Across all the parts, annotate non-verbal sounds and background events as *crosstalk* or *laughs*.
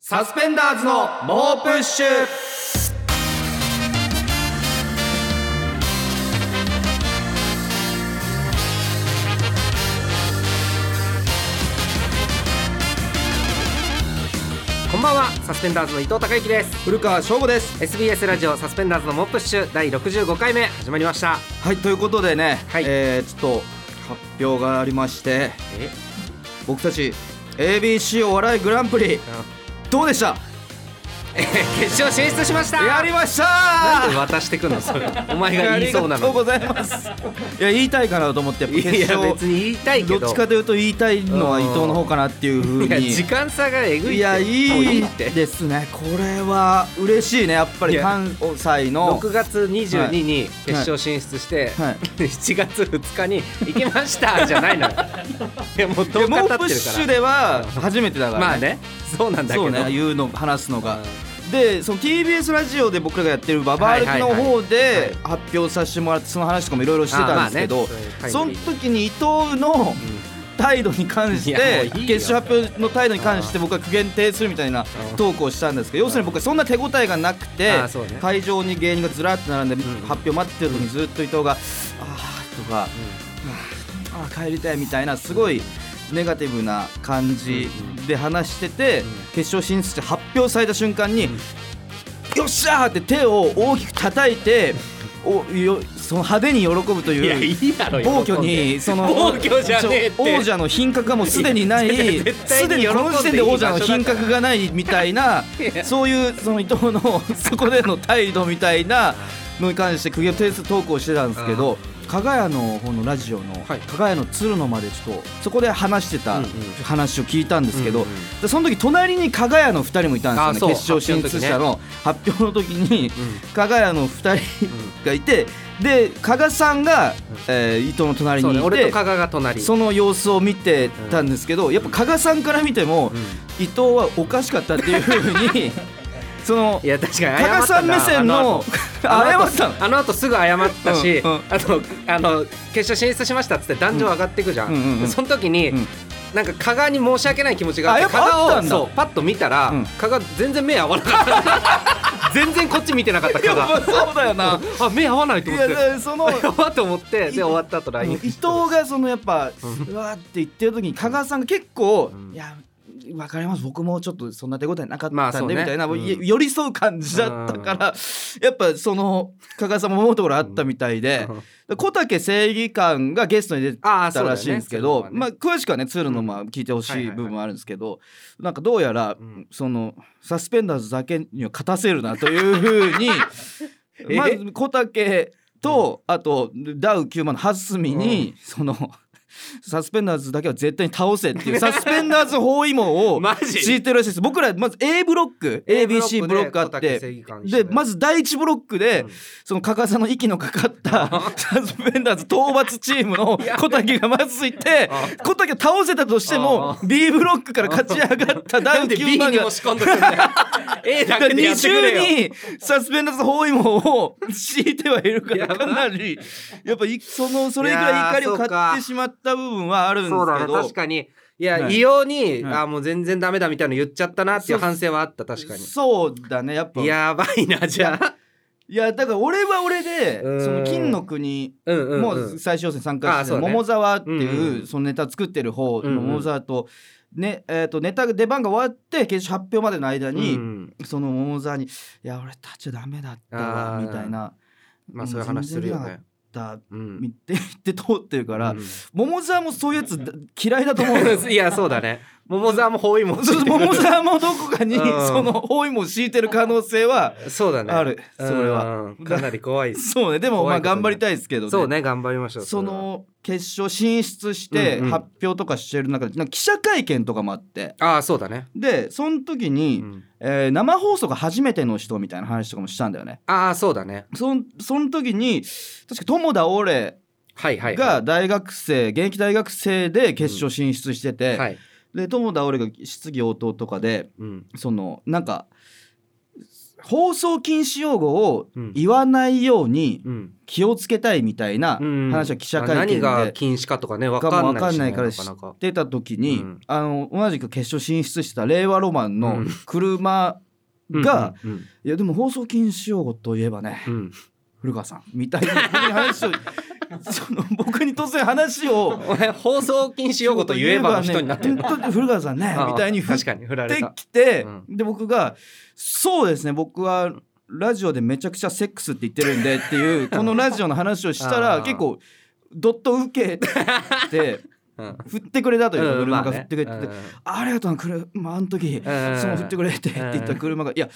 サスペンダーズの猛プッシュこんばんはサスペンダーズの伊藤孝之です古川翔吾です。 SBS ラジオサスペンダーズの猛プッシュ第65回目始まりました *laughs* はいということでね、はいえーちょっと発表がありましてえ僕たち ABC お笑いグランプリどうでした決勝進出しましたやりましたなんで渡してくんのそれお前が言いそうなありがとうごのざい *laughs* ますいや言いたいかなと思ってやっぱい決や勝別に言いたいけどどっちかというと言いたいのはうん伊藤の方かなっていうふういやに時間差がえぐいっていやもういいってですねこれは嬉しいねやっぱいりや関西の6月22日に決勝進出して、はいはい7月2日に行きましたじゃないのよいやもう *laughs* いや10日経ってるか猛らプッシュでは初めてだから、まあねそうなんだけそどうね言うの話すのが、でその TBS ラジオで僕らがやってる「ババアルはいク」はいのはい方はいで発表させてもらってその話とかもいろいろしてたんですけあどまあねそういうそタのイムリー時に伊藤の態度に関しいやもてういいよ決勝発表の態度に関して僕は苦言呈するみたいなうんトークをしたんですけど要するに僕はそんな手応えがなくてあそうね会場に芸人がずらっと並んでん発表待ってる時にずっと伊藤が「あー」とか「あー帰りたい」みたいなすごい。ネガティブな感じで話してて、決勝進出して発表された瞬間に、よっしゃーって手を大きく叩いておよその派手に喜ぶといやいいういだろ暴挙にその暴挙じゃねえってちょ王者の品格がもうすでにないやい絶対すにでにこの時点で王者の品格がないみたいないやそういうその伊藤 *laughs* のそこでの態度みたいなのに関して苦言を呈するトークをしてたんですけど加賀屋の方のラジオのはい加賀屋の鶴の間でちょっとそこで話してうたんうん話を聞いたんですけど、うんうんでその時隣に加賀屋の2人もいたんですよねあ決そう勝進出者の発表の時にん加賀屋の2人がいてで加賀さんが、えー伊藤の隣そうにねいて俺と加賀が隣その様子を見てたんですけど、やっぱ加賀さんから見ても、うん伊藤はおかしかったっていうふう *laughs* にそのいや確かに加賀さん目線のあ謝 *laughs* のった *laughs* の後あの後すぐ謝ったし、うんうんあとあの決勝進出しましたっつって壇上上がってくじゃん,、うんうんうんうんその時に、うんなんか加賀に申し訳ない気持ちがあっあてやっぱ加あっ賀たをんだそうパッと見たら、うん加賀全然目合わなかった *laughs* 全然こっち見てなかったいや加まあ賀そうだよなあ目合わないと *laughs* い思やってで *laughs* そのやばと思ってで終わった後うん LINE 伊藤がそのやっぱうわーって言ってる時に加賀さんが結構、んいやわかります僕もちょっとそんな手応えなかっまあたそんうでねみたいな、うんよ寄り添う感じだったから、やっぱその加賀さんも思うところあったみたいで、うんで小竹正義感がゲストに出てああたそうだよらねしいんですけど、そうだねまあ詳しくはね鶴のまあ聞いてほしはいいはいはい部分もあるんですけど、なんかどうやら、うんそのサスペンダーズだけには勝たせるなというふうに *laughs* えまず小竹と、あとダウ9万の蓮見に、その。サスペンダーズだけは絶対に倒せ *laughs* っていうサスペンダーズ包囲網をマジ敷いてるらしいです僕らまず A ブロック ABC ブロックあってでまずず第一ブロックで、うんその加賀さんの息のかかった *laughs* サスペンダーズ討伐チームの小竹がまずいてあ小竹を倒せたとしても B ブロックから勝ち上がったなダウんで B 9に万が押し込んでく *laughs* んだよ A だけでや二ってくれよ重にサスペンダーズ包囲網を敷いてはいるからかなりやっぱいそのそれぐらい怒りをいやーそ買うかってしまった部分はあるんですけそうだねど確かにいや、はい異様に、はいあもう全然ダメだみたいなの言っちゃったなっていう反省はあった確かにそうだねやっぱやばいなじゃあいやだから俺は俺でうんその金の国うんうん、もうんう最終予選参加あしそてうるね桃沢ってうんういんうそのネタ作ってる方うんうのん桃沢とねえーとネタ出番が終わって決勝発表までの間うにんその桃沢に「いや俺たちはダメだったあわ」ーみたいなまあそういう話するよね。だうんみ *laughs* って言って通ってるからうん桃沢もそういうやつだ嫌いだと思う *laughs* のよいやそうだね。桃沢も包囲網そう桃沢もどこかにうんその包囲網を敷いてる可能性はそうだね。あるそれはうん。かなり怖いっす。そうねでもま怖いあことね頑張りたいですけどねそうね頑張りましょう。それはの決勝進出してうんうん発表とかしてる中でなんか記者会見とかもあってああそうだね。でその時に、うんえー生放送が初めての人みたいな話とかもしたんだよねああそうだね。そんその時に確か友田オレはいはい。が大学生、現役大学生で決勝進出してて、はい。で友田オレが質疑応答とかでうん。そのなんか放送禁止用語をうん言わないようにうん気をつけたいみたいなうん話は記者会何見がで禁止かとかね分かかもん分ないしかんなねいから知なかなかってた時に、うんあの同じく決勝進出した令和ロマンのうん車が、うんうんいやでも放送禁止用語といえばね、うん古川さんみたいな *laughs* 話をその僕に突然話をうん俺放送禁止用語と言えばの人になってるね本当に古川さんねああみたいに振っ確かに振られてたきて、うで僕が「そうですね僕はラジオでめちゃくちゃセックスって言ってるんで」って *laughs* いうこのラジオの話をしたあらあ結構どっと受け *laughs* てうん振ってくれたというかうん車まあがね振ってくれてて「ありがとうな車あの時うんそう振ってくれて」って言った車が「いや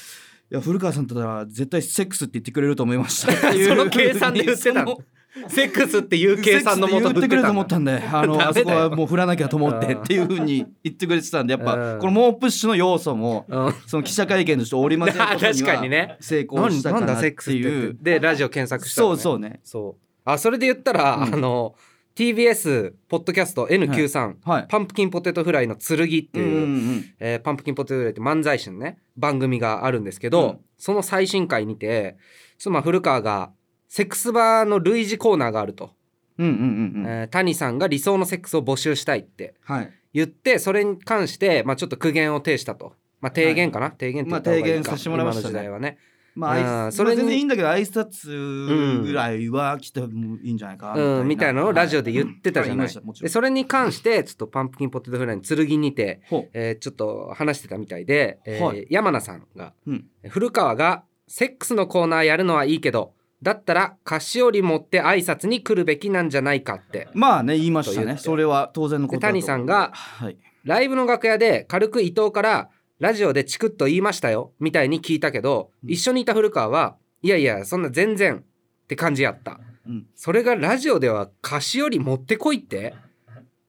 いや古川さんだったら絶対セックスって言ってくれると思いました」っていう *laughs* その計算で言っ *laughs* てたのそセックスっていう計算のもと言ってくれると思のったん *laughs* で、あの、あダそメだこよはもう振らなきゃと思 *laughs* ってっていうふうに言ってくれてたんで、やっうぱ、んこの猛プッシュの要素 *laughs* も、うんその記者会見の人織り交ぜること *laughs* 確かににはね成功何したかなんなだっセックスてっていう。でラジオ検索したそのねうそうね。そうあそれで言ったら、うんあの TBS ポッドキャスト N93、はい。パンプキンポテトフライの剣ってういんう、うんえーパンプキンポテトフライって漫才師のね番組があるんですけど、うんその最新回にて妻古川がセックスバーの類似コーナーがあると、うん。うんうんうんうん。えー谷さんが理想のセックスを募集したいってはい。言ってそれに関して、まあ、ちょっと苦言を呈したと、まあ、提言かな、提言って言った方がいいまあか、提言させてもらいましたね今の時代はね、まあうんあい、そそれれに全然いいんだけど、挨拶ぐらいは来てもいいんじゃないかうん、みたいなのをラジオで言ってたじゃなは言い、ましたもちでろん。それに関してちょっとパンプキンポテトフライの剣にて、ほうえーちょっと話してたみたいで、えーはい山名さんが、うん古川がセックスのコーナーやるのはいいけどだったら菓子折り持って挨拶に来るべきなんじゃないかってまあね、言いましたと言っね。てそれは当然のことだとで谷さんがはい。ライブの楽屋で軽く伊藤から「ラジオでチクッと言いましたよ」みたいに聞いたけど、うん一緒にいた古川は「いやいやそんな全然」って感じやったうん。それがラジオでは菓子折り持ってこいって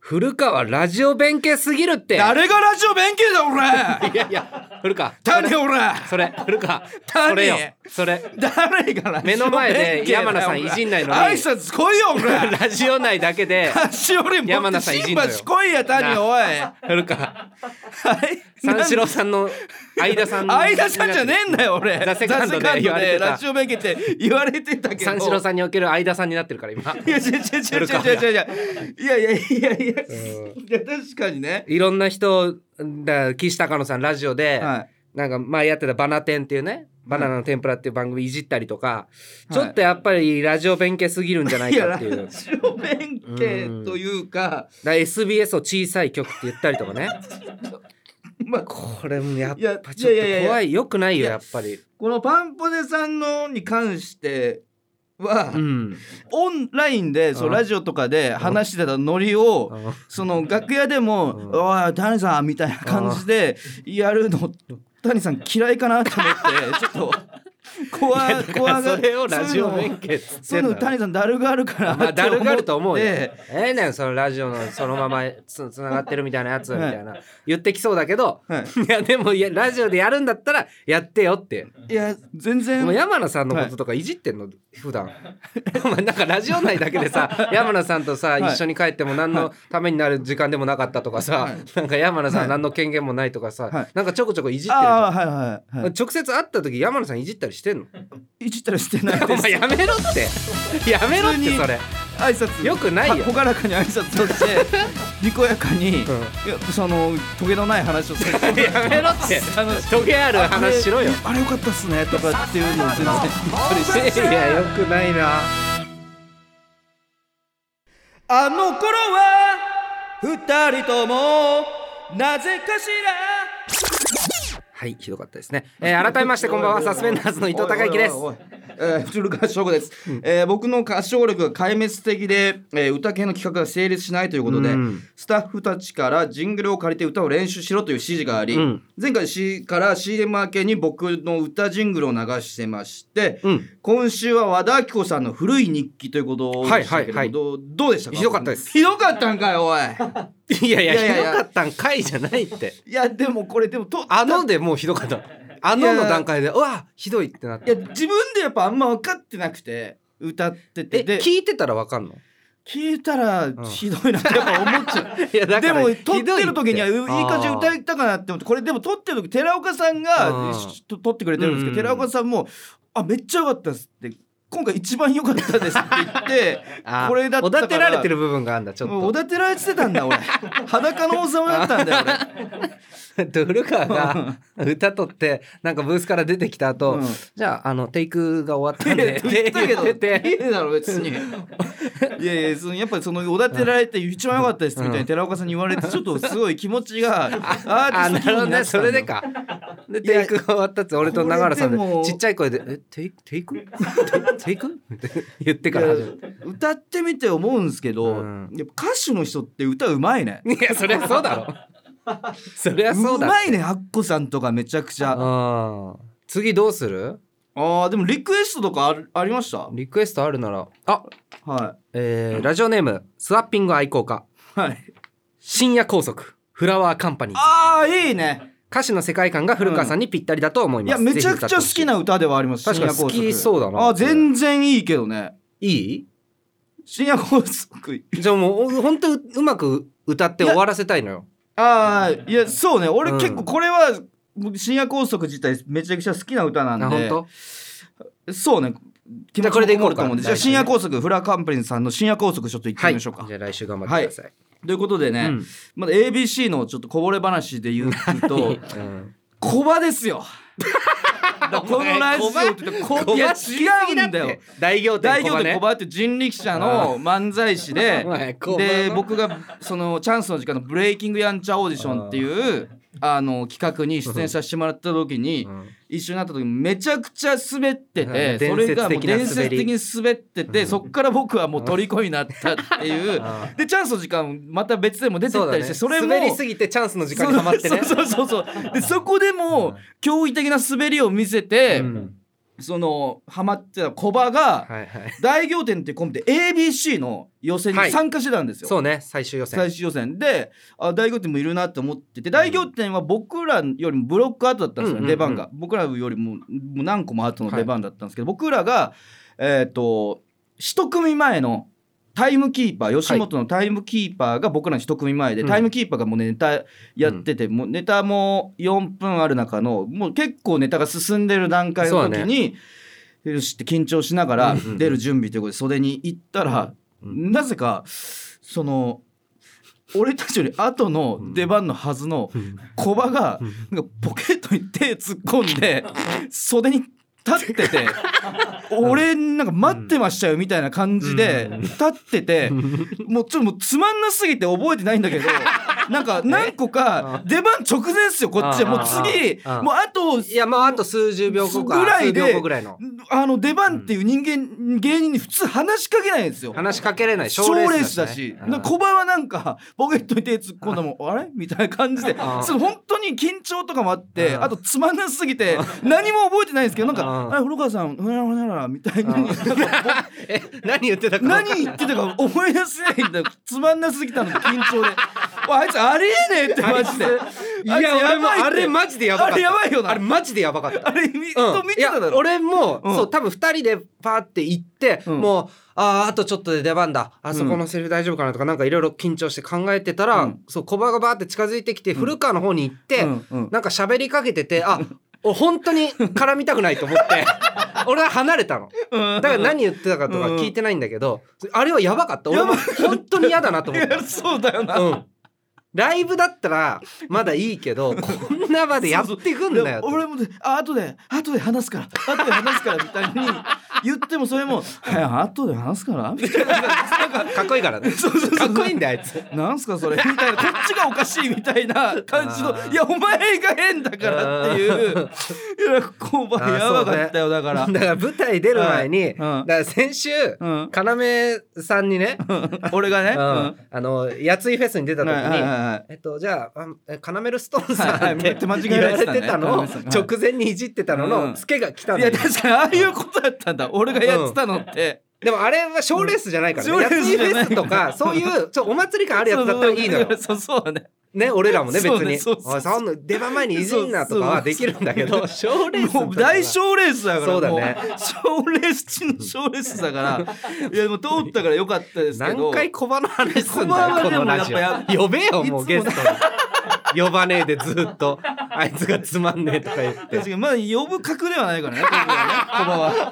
古川ラジオ弁慶すぎるって誰がラジオ勉強だ、俺 *laughs* いやいや古川谷、俺それ古川谷それよそれ誰がラジオ目の前で弁慶だよ山名さんいじんないのに挨拶来いよ *laughs* 俺ラジオ内だけで足よりも山名さんいじんのよ新橋来いや谷なおい古川はい *laughs* 三四郎さんの相田 *laughs* さん相田さんじゃねえんだよ俺ザセカンドで言われてたラジオ弁慶って言われてたけど三四郎さんにおける相田さんになってるから今いや違う違う違う違う違う違ういやいやいやいやういや確かにねいろんな人だ岸高野さんラジオで、はいなんか前やってた「バナテン」っていうね「バナナの天ぷら」っていう番組いじったりとか、はいちょっとやっぱりラジオ弁慶すぎるんじゃないいやかラってジいうだかオ弁慶というから SBS を小さい曲って言ったりとかね *laughs* まあこれもやっいやぱちょっいやいやいとや怖いよくないいよややっぱりこのパンポネさんのに関してはうんオンラインでそううんラジオとかで話してたノリをうんその楽屋でもう「んおい谷さん」みたいな感じでやるの谷さん嫌いかなと思 *laughs* ってちょっと怖いやいだか怖らがそれをラジオそういう弁の慶っつってそういんうのだよ谷さんだるがあるからまあ、だるがあると思うよ。でええねん、そのラジオのそのままつつながってるみたいなやつみたいな、言ってきそうだけど、、はいや、でもいや、ラジオでやるんだったらやってよって。いや全お然前山名さんのこととかいじってんの、普段お前なんかラジオ内だけでさ *laughs* 山名さんとさ、はい一緒に帰っても何のためになる時間でもなかったとかさ、はいなんか山名さん何の権限もないとかさ、はいなんかちょこちょこいじってるじゃんああはいはいはい直接会った時山名さんいじったりしてんのいじったらしてない *laughs* おです前やめろってやめろっ普通てにそれ。挨拶よくないよほがらかに挨拶をして *laughs* にこやかに、いんやそのトゲのない話をするやめろ *laughs* ってトゲある話しろよあれあれよかったっすねとかっていうのを全然い *laughs* やよくないなあの頃は二人ともなぜかしらはいひどかったですね、えー、改めましてこ *laughs* んばんはサスペンダーズの伊藤孝之ですおいおいおいえー、古川翔吾です、えー僕の歌唱力が壊滅的で、えー歌系の企画が成立しないということで、うんスタッフたちからジングルを借りて歌を練習しろという指示があり、うん前回 C から CM 明けに僕の歌ジングルを流してまして、うん今週は和田アキ子さんの古い日記ということをはいはいはいどうどうでしたかひどかったですひどかったんかよおいいやいやいやいやいひやどかったんかいじゃ *laughs* ないっていやでもこれでもとあのでもうひどかったあのの段階でうわひどいってなっいやて自分でやっぱあんま分かってなくて歌ってえてで聞いてたらわかんの聞いたらひどいなってやっぱ思っちゃう。いや *laughs* だでからも撮ってる時にはひいどい感じで歌いたかなって思ってこれでも撮ってる時寺岡さんうがんしと撮ってくれてるんですけど、うんうんうん寺岡さんも「あめっちゃ良かったです」って「今回一番良かったです」って言 *laughs* ってあーこれだったからおだてられてる部分があるんだちょっもうお *laughs* とだてられてたんだ俺裸の王様だったんだよ俺。古川 *laughs* が歌とってなんかブースから出てきた後、うんじゃああのテイクが終わったんでって言ったけどって言ってていいだろ別にいやいやそのやっぱりそのおだてられて一番良かったですみたいに寺岡さんに言われてちょっとすごい気持ちがア *laughs* *laughs* あーティなスト気分るほどになねってたんだよそれでかでいやテイクが終わったって俺と永原さんこれでもでちっちゃい声で「えテイクテイク *laughs* テイク?」 *laughs* って言ってから始めいや歌ってみて思うんですけど、うんやっぱ歌手の人って歌うまいねたいやそりゃそうだろそりゃそうだまいねアッコさんとかめちゃくちゃうん次どうするあーでもリクエストとかあるありましたリクエストあるならあはえーラジオネームスワッピング愛好家いはい深夜拘束フラワーカンパニーあーいいね歌詞の世界観が古川さんにぴったりだと思いいまやす、めちゃくちゃ好きな歌ではあります確かに深夜好拘束きそうだなあー全然いいけどねいい深夜拘束 *laughs* じゃあもう本当うまく歌って終わらせたいのよああいやそうね俺うん結構これは僕深夜拘束自体めちゃくちゃ好きな歌なんあで本そうね気じ持ゃあちこれでいこうと思うんでかじゃあ深夜拘束フラカンプリンさんの深夜拘束ちょっといっ当てみましょうか、じゃあ来週頑張ってください、ということでね、うんまだ ABC のちょっとこぼれ話で言う *laughs* とうんコバですよこのラジオって言うと小コいや林違うんだよ大行大店行小で林コバって人力車の漫才師 *laughs* でお前小バでの僕がそのチャンスの時間の「ブレイキングやんちゃオーディション」っていうあの企画に出演させてもらった時にうん一緒になった時めちゃくちゃ滑ってうてんそれがもう伝伝説説的的にに滑っててそっから僕はもう虜になったっていう *laughs* あでチャンスの時間また別でも出てそっうただりしねてそれも滑りすぎてチャンスの時間にハマってねそうそうそうそうでそこでも驚異的な滑りを見せてうんそのハマってたコバがはいはい大仰天っていうコンビで ABC の予選に参加してたんですよ。そうね最終予選最終予選であ大仰天もいるなと思ってて大仰天は僕らよりもブロックアウトだったんですよ、うんうんうん出番が僕らよりももう何個も後の出番だったんですけど、僕らがえっ、と一組前のタイムキーパー吉本のタイムキーパーが僕らの一組前で、うんタイムキーパーがもうネタやってて、もうネタも4分ある中のもう結構ネタが進んでる段階の時に、よしって緊張しながらうんうんうん出る準備ということで袖に行ったら、うんなぜかその俺たちより後の出番のはずのうん小バがうんなんかポケットに手突っ込ん *laughs* で袖に立ってて俺なんか待ってましたよみたいな感じでうん立っててもうちょっともうつまんなすぎて覚えてないんだ *laughs* けど。なんか何個か出番直前っすよこっちはもう次ああああもうあといやまああと数十秒後かぐらいで数秒後ぐらいのあの出番っていう人間芸人に普通話しかけないんですよ話しかけれない賞賞レレーーススだだしし、なんか小林はなんかポケットに手突っ込んだもんあれみたいな感じであーその本当に緊張とかもあってうんあとつまんなすぎて何も覚えてないんですけどなんうか「んあれ古川さんほらほらほら」みたいなうんえ何言ってたか分かんない *laughs* 何言ってたか思い出せないんだよつまんなすぎたので緊張で *laughs* 「おいあいつありえねえ」ってマジでいあいつや俺もばいってあれマジでやばかっあたれやばいよなあれマジでやばかったあれみ人見てただいやろ俺も、うんそう多分2人でパーって行って、うんもうあーあとちょっとで出番だあそこのセリフ大丈夫かなとかなんかいろいろ緊張して考えてたら、うんそう小バがバーって近づいてきて、古川の方に行って、うんうんなんか喋りかけててあお本当に絡みたくないと思って *laughs* 俺は離れたのだから何言ってたかとか聞いてないんだけど、あれはやばかった俺も本当に嫌だなとい思ったやそうだよなうんライブだったらまだいいけどこんな場でやってくんだよいや俺もねあ後で後で話すから後で話すからみたいに言ってもそれも「はい後で話すから」みたいかっこいいからね *laughs* そうそうそうかっこいいんだよあいつな「なんすかそれ」みたいなこっちがおかしいみたいな感じのあ「ーいやお前が変だから」っていういや交番やばかったよだから。だから舞台出る前に、はいうんだから先週、ん要さんにね、俺がね、うんあのやついフェスに出た時に、はいはいはいはいえっとじゃああえカナメルストーンさんは *laughs* いはいっめってちゃ間違え言らわれれてたねてたカナのメをルさんはい直前にいじってたのうんのツケが来たいのやよ確かにああいうことだったんだ俺がやってたのって、でもあれは賞レースじゃないからね。賞レー安スいじフゃないェスとか、そういう、ちょお祭り感あるやつだったらいいのよ。そうそうだねね、俺らもね、別そうねに。そうそうそうおいそんな出番前にいじんなとかはできるんだけど、賞レースのもう時は大賞レースだからそうだねもう賞レース中の賞レースだ *laughs* からいやでも通ったから良かったですけど何回小バの話すん小だバはよこでものラジやっぱオ呼べいよもうつもゲストに呼ばねえでずっとあいつがつまんねえとか言って確かにまあ呼ぶ格ではないからね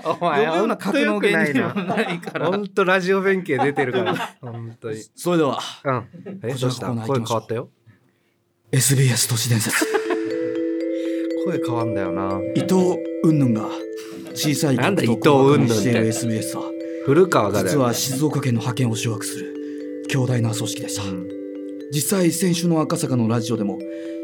ここ *laughs* はね小バは呼お前ぶような格の芸人では本ないか当らほんとラジオ弁慶出てるから本当に *laughs* それではうんえこちらどのうコしたーナー声行きましょう変わったよ SBS 都市伝説声変わんだよな伊藤云々が小さいなんだ伊藤雲云々ってしている SBS は古川がだ実よは静岡県の覇権を掌握する強大な組織でした、うん実際先週の赤坂のラジオでも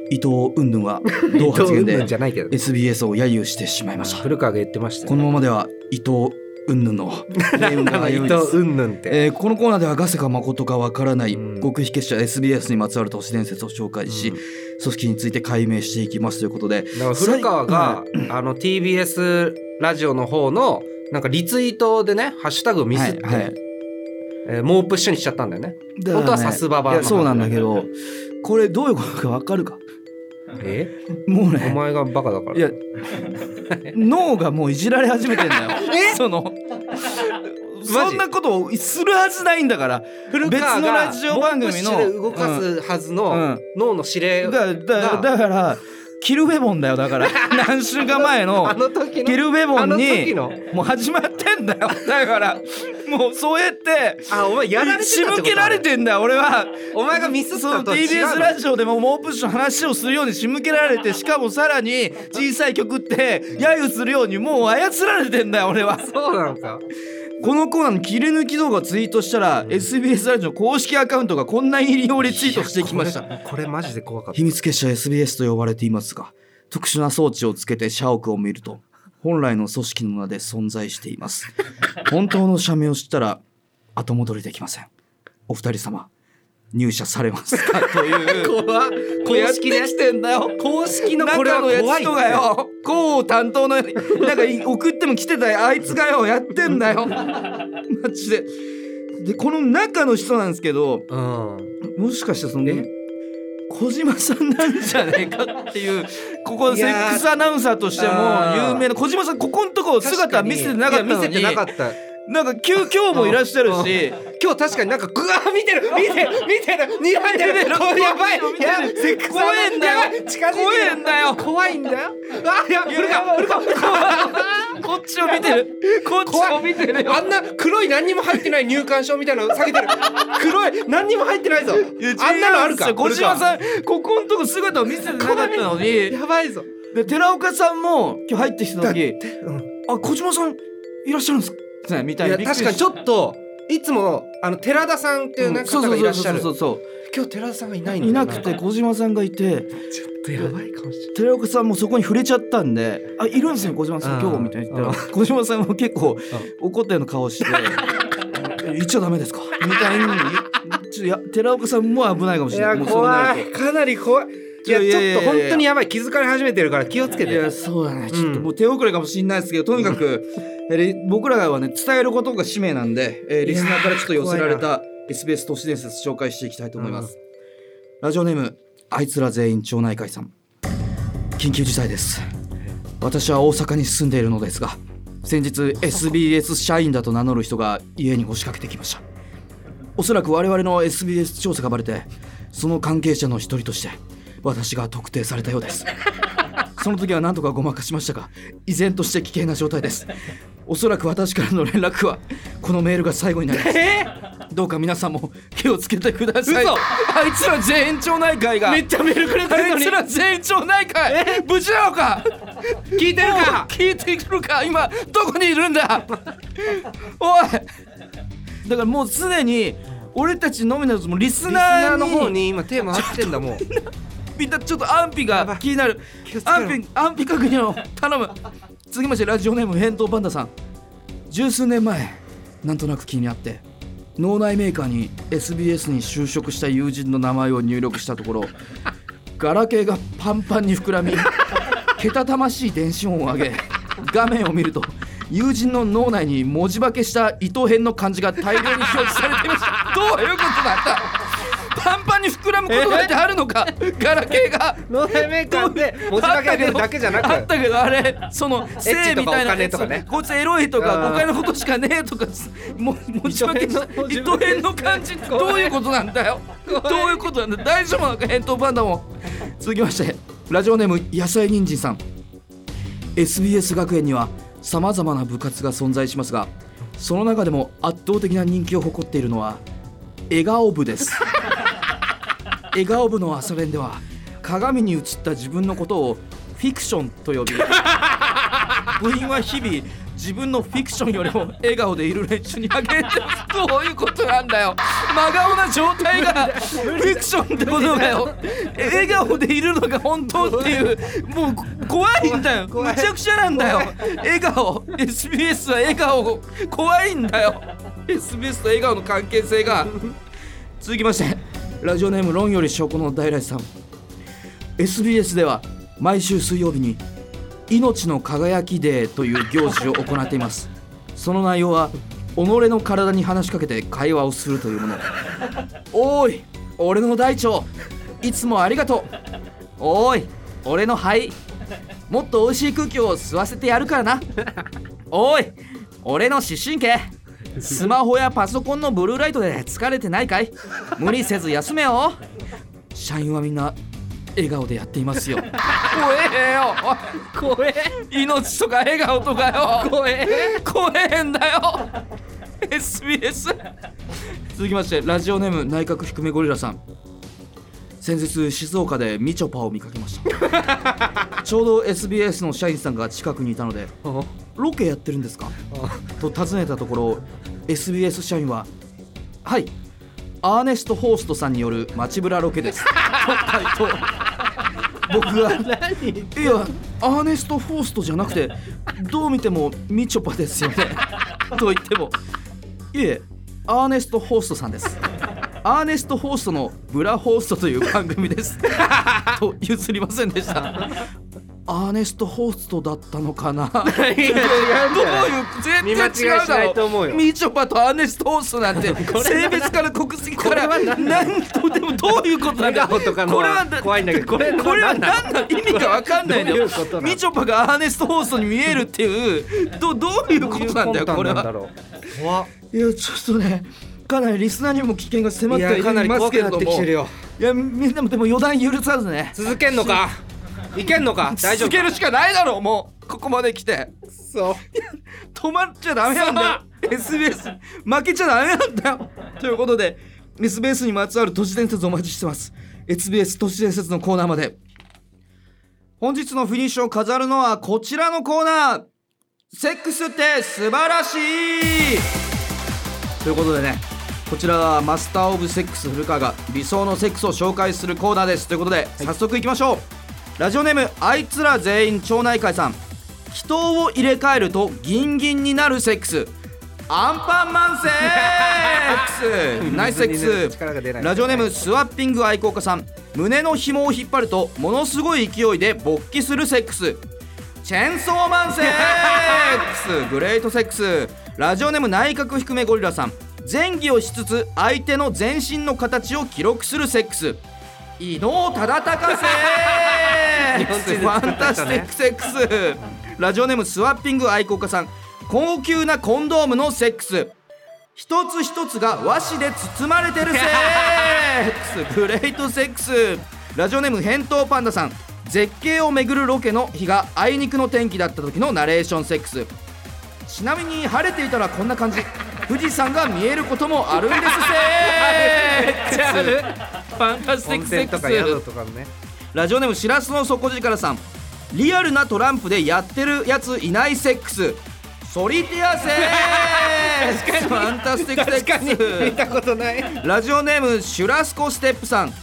伊藤云々は同 *laughs* 伊藤発言うんぬでんじゃないけどね SBS を揶揄してしまいました古川が言ってましたこよのままでは伊藤云々の *laughs* 命運が伊危うい藤ですうんぬんってえーこのコーナーではガセか誠かわからないうん極秘結社 SBS にまつわる都市伝説を紹介し、うん組織について解明していきますということでだから古川があの TBS ラジオの方のなんかリツイートでねハッシュタグをミスって、はいはいえー猛プッシュにしちゃったんだよね。だから本当はさすばばいやそうなんだけど *laughs* これどういうことかわかるかえもうおね前がバカだから。いや脳がもういじられ始めてんだよ *laughs* えそのそんなことをするはずないんだから古別川のがラジオ番組の猛プッシュで動かすはずうのん脳の指令、だだだからキルベボンだよだから *laughs* 何週間前あののキ時のルベボあンのに時のもう始まってんだよだからもうそうやってあお前やられて仕たって向ことけられてんだよ俺はお前がミスっそたうとは違う TBS ラジオでも猛プッシュの話をするように仕向けられ *laughs* てしかもさらに小さい曲って揶揄するようにもう操られてんだよ俺はそうなんかこのコーナーの切り抜き動画をツイートしたら、SBS ラジオの公式アカウントがこんな入りをリツイートしてきましたい *laughs* やこれこれマジで怖かった秘密結社 SBS と呼ばれていますが特殊な装置をつけて社屋を見ると本来の組織の名で存在しています本当の社名を知ったら後戻りできませんお二人様入社されます *laughs* かという怖っ公公式式でねきてんだよ公式のこれは中の怖やいつとかよこう担当のなんか送っても来てたよあいつがよやってんだよマジででこの中の人なんですけどうんもしかしてそのえ小島さんなんじゃねえかって *laughs* いうここいセやーックスアナウンサーとしてもあー有名な小島さんここのとこ姿見せてなかったいやの見せにてなかなったんか急遽もいらっしゃるうんし今日確かになんかグワー見てる見てる見てる睨んでるこれやばい見てるやばいセックスアナ怖えんだよやばい近づいてる怖えんだよ怖いんだよあやばい古川古川 *laughs* こっちを見てるこっちを見てるよあんな黒い何にも入ってない入館証みたいなの下げてる黒い何にも入ってないぞあんなのあるか小島んさんここのとこ姿を見せてなかったのにやばいぞで寺岡さんも今日入ってきただっ時うん「あ小島さんいらっしゃるんですか?ね」みたいいなや確かにちょっといつもあの寺田さんっていうね方がいらっしゃるうんそうそうそうそう今日寺田さんがいないそんうだいよなくて小島さんがいてちょっとやばいかもしれない寺岡さんもそこに触れちゃったんで「あいるんですね小島さん今日」うんみたいな言ったら小島さんも結構怒ったような顔 *laughs* して「え言っちゃダメですか?」みたいにちょいや寺岡さんも危ないかもしいれないやもうそうな怖るいかなり怖いいやいやいやいちやいょっとや本当にやばい気づかれ始めてるから気をつけとていやそうだねちょっとうんもう手遅れかもしれないですけどとにかくえー僕らはね伝えることが使命なんで、えーリスナーからちょっと寄せられいた SBS 都市伝説紹介していきたいと思います、ラジオネームあいつら全員町内会さん緊急事態です私は大阪に住んでいるのですが先日 SBS 社員だと名乗る人が家に押しかけてきましたおそらく我々の SBS 調査がバレてその関係者の一人として私が特定されたようです *laughs* その時は何とかごまかしましたが依然として危険な状態ですおそらく私からの連絡はこのメールが最後になりますえどうか皆さんも気をつけてくださいあいつら全員町内会がめっちゃメールくれてるのあいにつら全員町内会無事なのか聞いてるか *laughs* 聞いてくるか今どこにいるんだ *laughs* おいだからもうすでに俺たちのみならずもうリスリスナナーのーの方方にに今手回ってんだもうみんなちょっと安否が気になる気をつけろ安否安否確認を頼 *laughs* む続きましてラジオネーム返答パンダさん十数年前なんとなく気になって脳内メーカーに SBS に就職した友人の名前を入力したと *laughs* ころガラケーがパンパンに膨らみけたたましい電子音を上げ画面を見ると友人の脳内に文字化けした伊藤編の漢字が大量に表示されていました *laughs* どういうことなんだパンパンに膨らむことなんてあるのかガラケーが脳内メーカーで *laughs* 文字化け上げるだけじゃなあっくたけどあれその性みたいなやエッチとかお金とかねつこいつエロいとかあー誤解のことしかねえとか *laughs* も文字化けした糸編の糸編の感じどういうことなんだよどういうことなんだよ大丈夫なのか返答パンダも続きましてラジオネーム野菜人参さん SBS 学園にはさまざまな部活が存在しますがその中でも圧倒的な人気を誇っているのは笑顔部です笑顔部の朝練では鏡に映った自分のことをフィクションと呼び部員は日々自分のフィクションよりも笑顔でいる練習に励んでどういうことなんだよ真顔な状態がフィクションってことだよ笑顔でいるのが本当っていうもう怖いんだよ怖いむちゃくちゃなんだよ笑顔 SBS は笑顔怖いんだよ SBS と笑顔の関係性が続きましてラジオネーム論より証拠の大来さん SBS では毎週水曜日に「命の輝きデー」という行事を行っていますその内容は己の体に話しかけて会話をするというもの「おーい俺の大腸いつもありがとう」「おーい俺の肺もっと美味しい空気を吸わせてやるからな」「おーい俺の視神経スマホやパソコンのブルーライトで疲れてないかい無理せず休めよ」社員はみんな笑顔でやっていますよ怖えよ怖え命とか笑顔とかよ怖え怖えんだよ SBS 続きましてラジオネーム内閣低めゴリラさん先日静岡でみちょぱを見かけました *laughs* ちょうど SBS の社員さんが近くにいたのでロケやってるんですかと尋ねたところ SBS 社員は「はいアーネスト・ホーストさんによる街ブラロケです」と回答僕が「いやアーネスト・ホーストじゃなくてどう見てもみちょぱですよね」と言っても「いえアーネスト・ホーストさんです」アーネスト・ホーストの「ブラ・ホースト」という番組ですと譲りませんでしたアーネスト・ホーストだったのかな違うどう違ういう絶対違う見間違いしなだいと思うろよみちょぱとアーネスト・ホーストなん *laughs* て性別から国籍から何とでもどういうことなんだよ笑顔とかのこれはは怖いんだけどこれこれは何な何なの意味が分かんないのどういようことなのみちょぱがアーネスト・ホーストに見えるっていうどどういうことなんだよこれは怖いやちょっとねかなりリスナーにも危険が迫いってやかなり怖くなってきてるよいやみんなもでも予断許さずね続けんのかいけんのか大丈続夫けるしかないだろうもうここまで来てそう止まっちゃダメなんだよ SBS 負けちゃダメなんだよということで SBS にまつわる都市伝説をお待ちしてます SBS 都市伝説のコーナーまで本日のフィニッシュを飾るのはこちらのコーナーセックスって素晴らしいということでねこちらはマスター・オブ・セックス古川が理想のセックスを紹介するコーナーですということで早速いきましょう、ラジオネームあいつら全員町内会さん人を入れ替えるとギンギンになるセックスアンパンマンセッ *laughs* クスナイスセックス力が出ないラジオネームスワッピング愛好家さん胸の紐を引っ張るとものすごい勢いで勃起するセックスチェンソーマンセックス *laughs* グレートセックスラジオネーム内角低めゴリラさん前儀をしつつ相手の全身の形を記録するセックス伊能忠敬セックス日 *laughs* フ本人で作ァンったタ人スねティックセックスラジオネームスワッピング愛好家さん高級なコンドームのセックス一つ一つが和紙で包まれてるセックスグレートセックスラジオネーム返答パンダさん絶景を巡るロケの日があいにくの天気だった時のナレーションセックスちなみに晴れていたらこんな感 *laughs* じ富士山が見えることもあるんですセックスファンタスティッ温クセッ泉クとスか宿とかのねラジオネームしらすの底力さんリアルなトランプでやってるやついないセックスソリティアセックスファンタスティックセ確かに見ックたことないスラジオネームシュラスコステップさん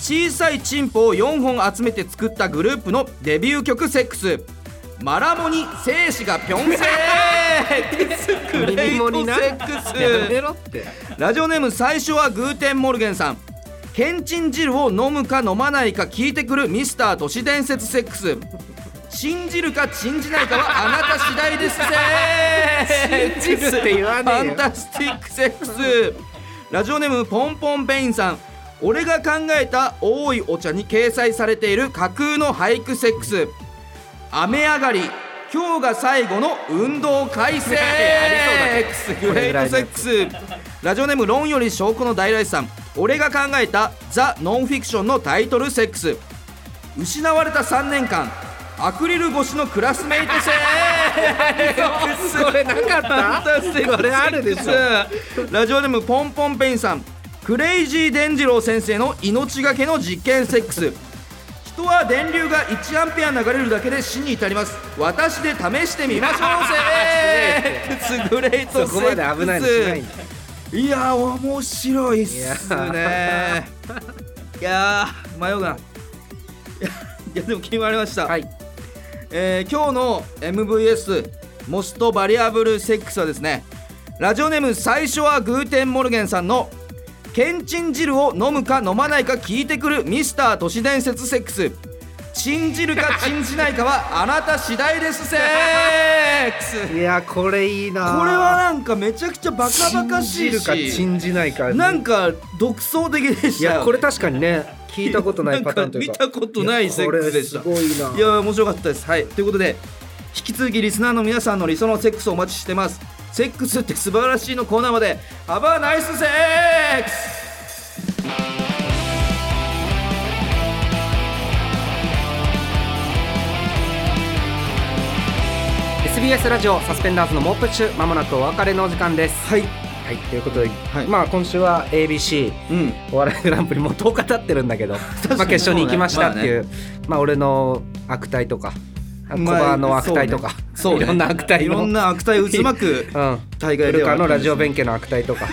小さいチンポを4本集めて作ったグループのデビュー曲セックスマラモに精子がぴょんセックスグレー耳もにトなセックスやめろってラジオネーム最初はグーテンモルゲンさんけんちん汁を飲むか飲まないか聞いてくるミスター都市伝説セックス信じるか信じないかはあなた次第ですせ信じるって言わねえよファンタスティックセックスラジオネームポンポンペインさん俺が考えた多いお茶に掲載されている架空の俳句セックス雨上がり今日が最後の運動改正あグレートセックスラジオネーム論より証拠の大来さん俺が考えたザ・ノンフィクションのタイトルセックス失われた3年間アクリル越しのクラスメイトセックスこれなかったこれあるでしょラジオネームポンポンペインさんクレイジー伝次郎先生の命がけの実験セックス人は電流が1アンペア流れるだけで死に至ります私で試してみましょうセ *laughs* ックスグレートそセックスこまで危ないのしないんだいやー面白いっすねいやー迷うない *laughs* やいやでも決まりました、はいえー今日の MVS モストバリアブルセックスはですねラジオネーム最初はグーテンモルゲンさんのけんちん汁を飲むか飲まないか聞いてくるミスター都市伝説セックス信じるか信じないかはあなた次第です *laughs* セックスこいやこれいいなれはなんかめちゃくちゃバカバカしいし信じるか信じないかなんか独創的でしたいやこれ確かにね聞いたことないパターンというかなんか見たことないセックスでしたいやこれすごいないや面白かったですはいということで引き続きリスナーの皆さんの理想のセックスをお待ちしてますセックスって素晴らしいのコーナーまでハバーナイスセックスい SBS ラジオサスペンダーズのモップ中まもなくお別れのお時間ですはいはいということで、はいまあ今週は ABC うんお笑いグランプリもう10日経ってるんだけ *laughs* ど、まにあ決勝に行きましたっていう、まあ、俺の悪態とか、あ小バの悪態とか、そうねそうね *laughs* いろんな悪態のいろんな悪態を渦巻く *laughs* うん、大古会では川のラジオ弁慶の悪態とか。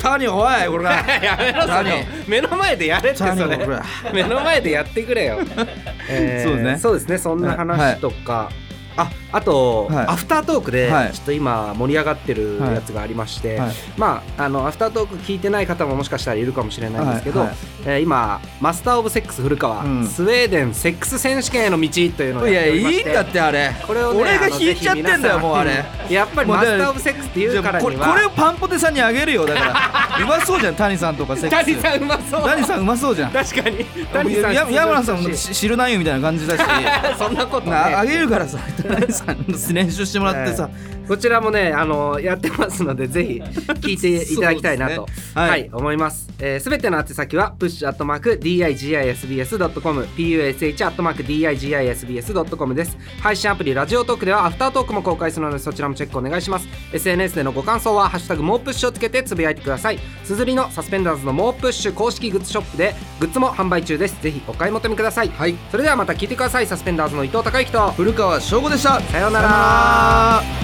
谷おいこれ *laughs* がやめろそれ目の前でやれってそれ目の前でやってくれよ。えーそうねそうですね。そんな話とか。ああと、はいアフタートークではいちょっと今盛り上がってるやつがありましはて、いはいまああのアフタートーク聞いてない方ももしかしたらいるかもしれないんですけど、はいはいえー今マスター・オブ・セックス古川、うんスウェーデンセックス選手権への道というのをいやっやておりまいしいんだってあれこれをね俺があの引いちゃってんだぜよひ皆さもうあれやっぱりもうマだからスター・オブ・セックスってじ言ゃうからあにこはれこれをパンポテさんにあげるよだから *laughs* うまそうじゃん谷さんとかセックス谷さんうまそう谷さんうまそうじゃん確かに谷さんや山名さんも涼しいし知るないよみたいな感 *laughs* じだしそんなことなああねげるからさ谷さんの *laughs* 練習してもらってさ、こちらもねあのやってますのでぜひ聞いていただきたいなと、そうですねは、はいい思いますすべ、えー全ての宛先は push アットマーク digisbs.com push アットマーク digisbs.com です配信アプリラジオトークではアフタートークも公開するのでそちらもチェックお願いします SNS でのご感想は「ハッシュタグもうプッシュ」をつけてつぶやいてくださいすずりのサスペンダーズのもうプッシュ公式グッズショップでグッズも販売中ですぜひお買い求めください、はいそれではまた聞いてくださいサスペンダーズの伊藤孝之と古川翔吾でしたさようならさようなら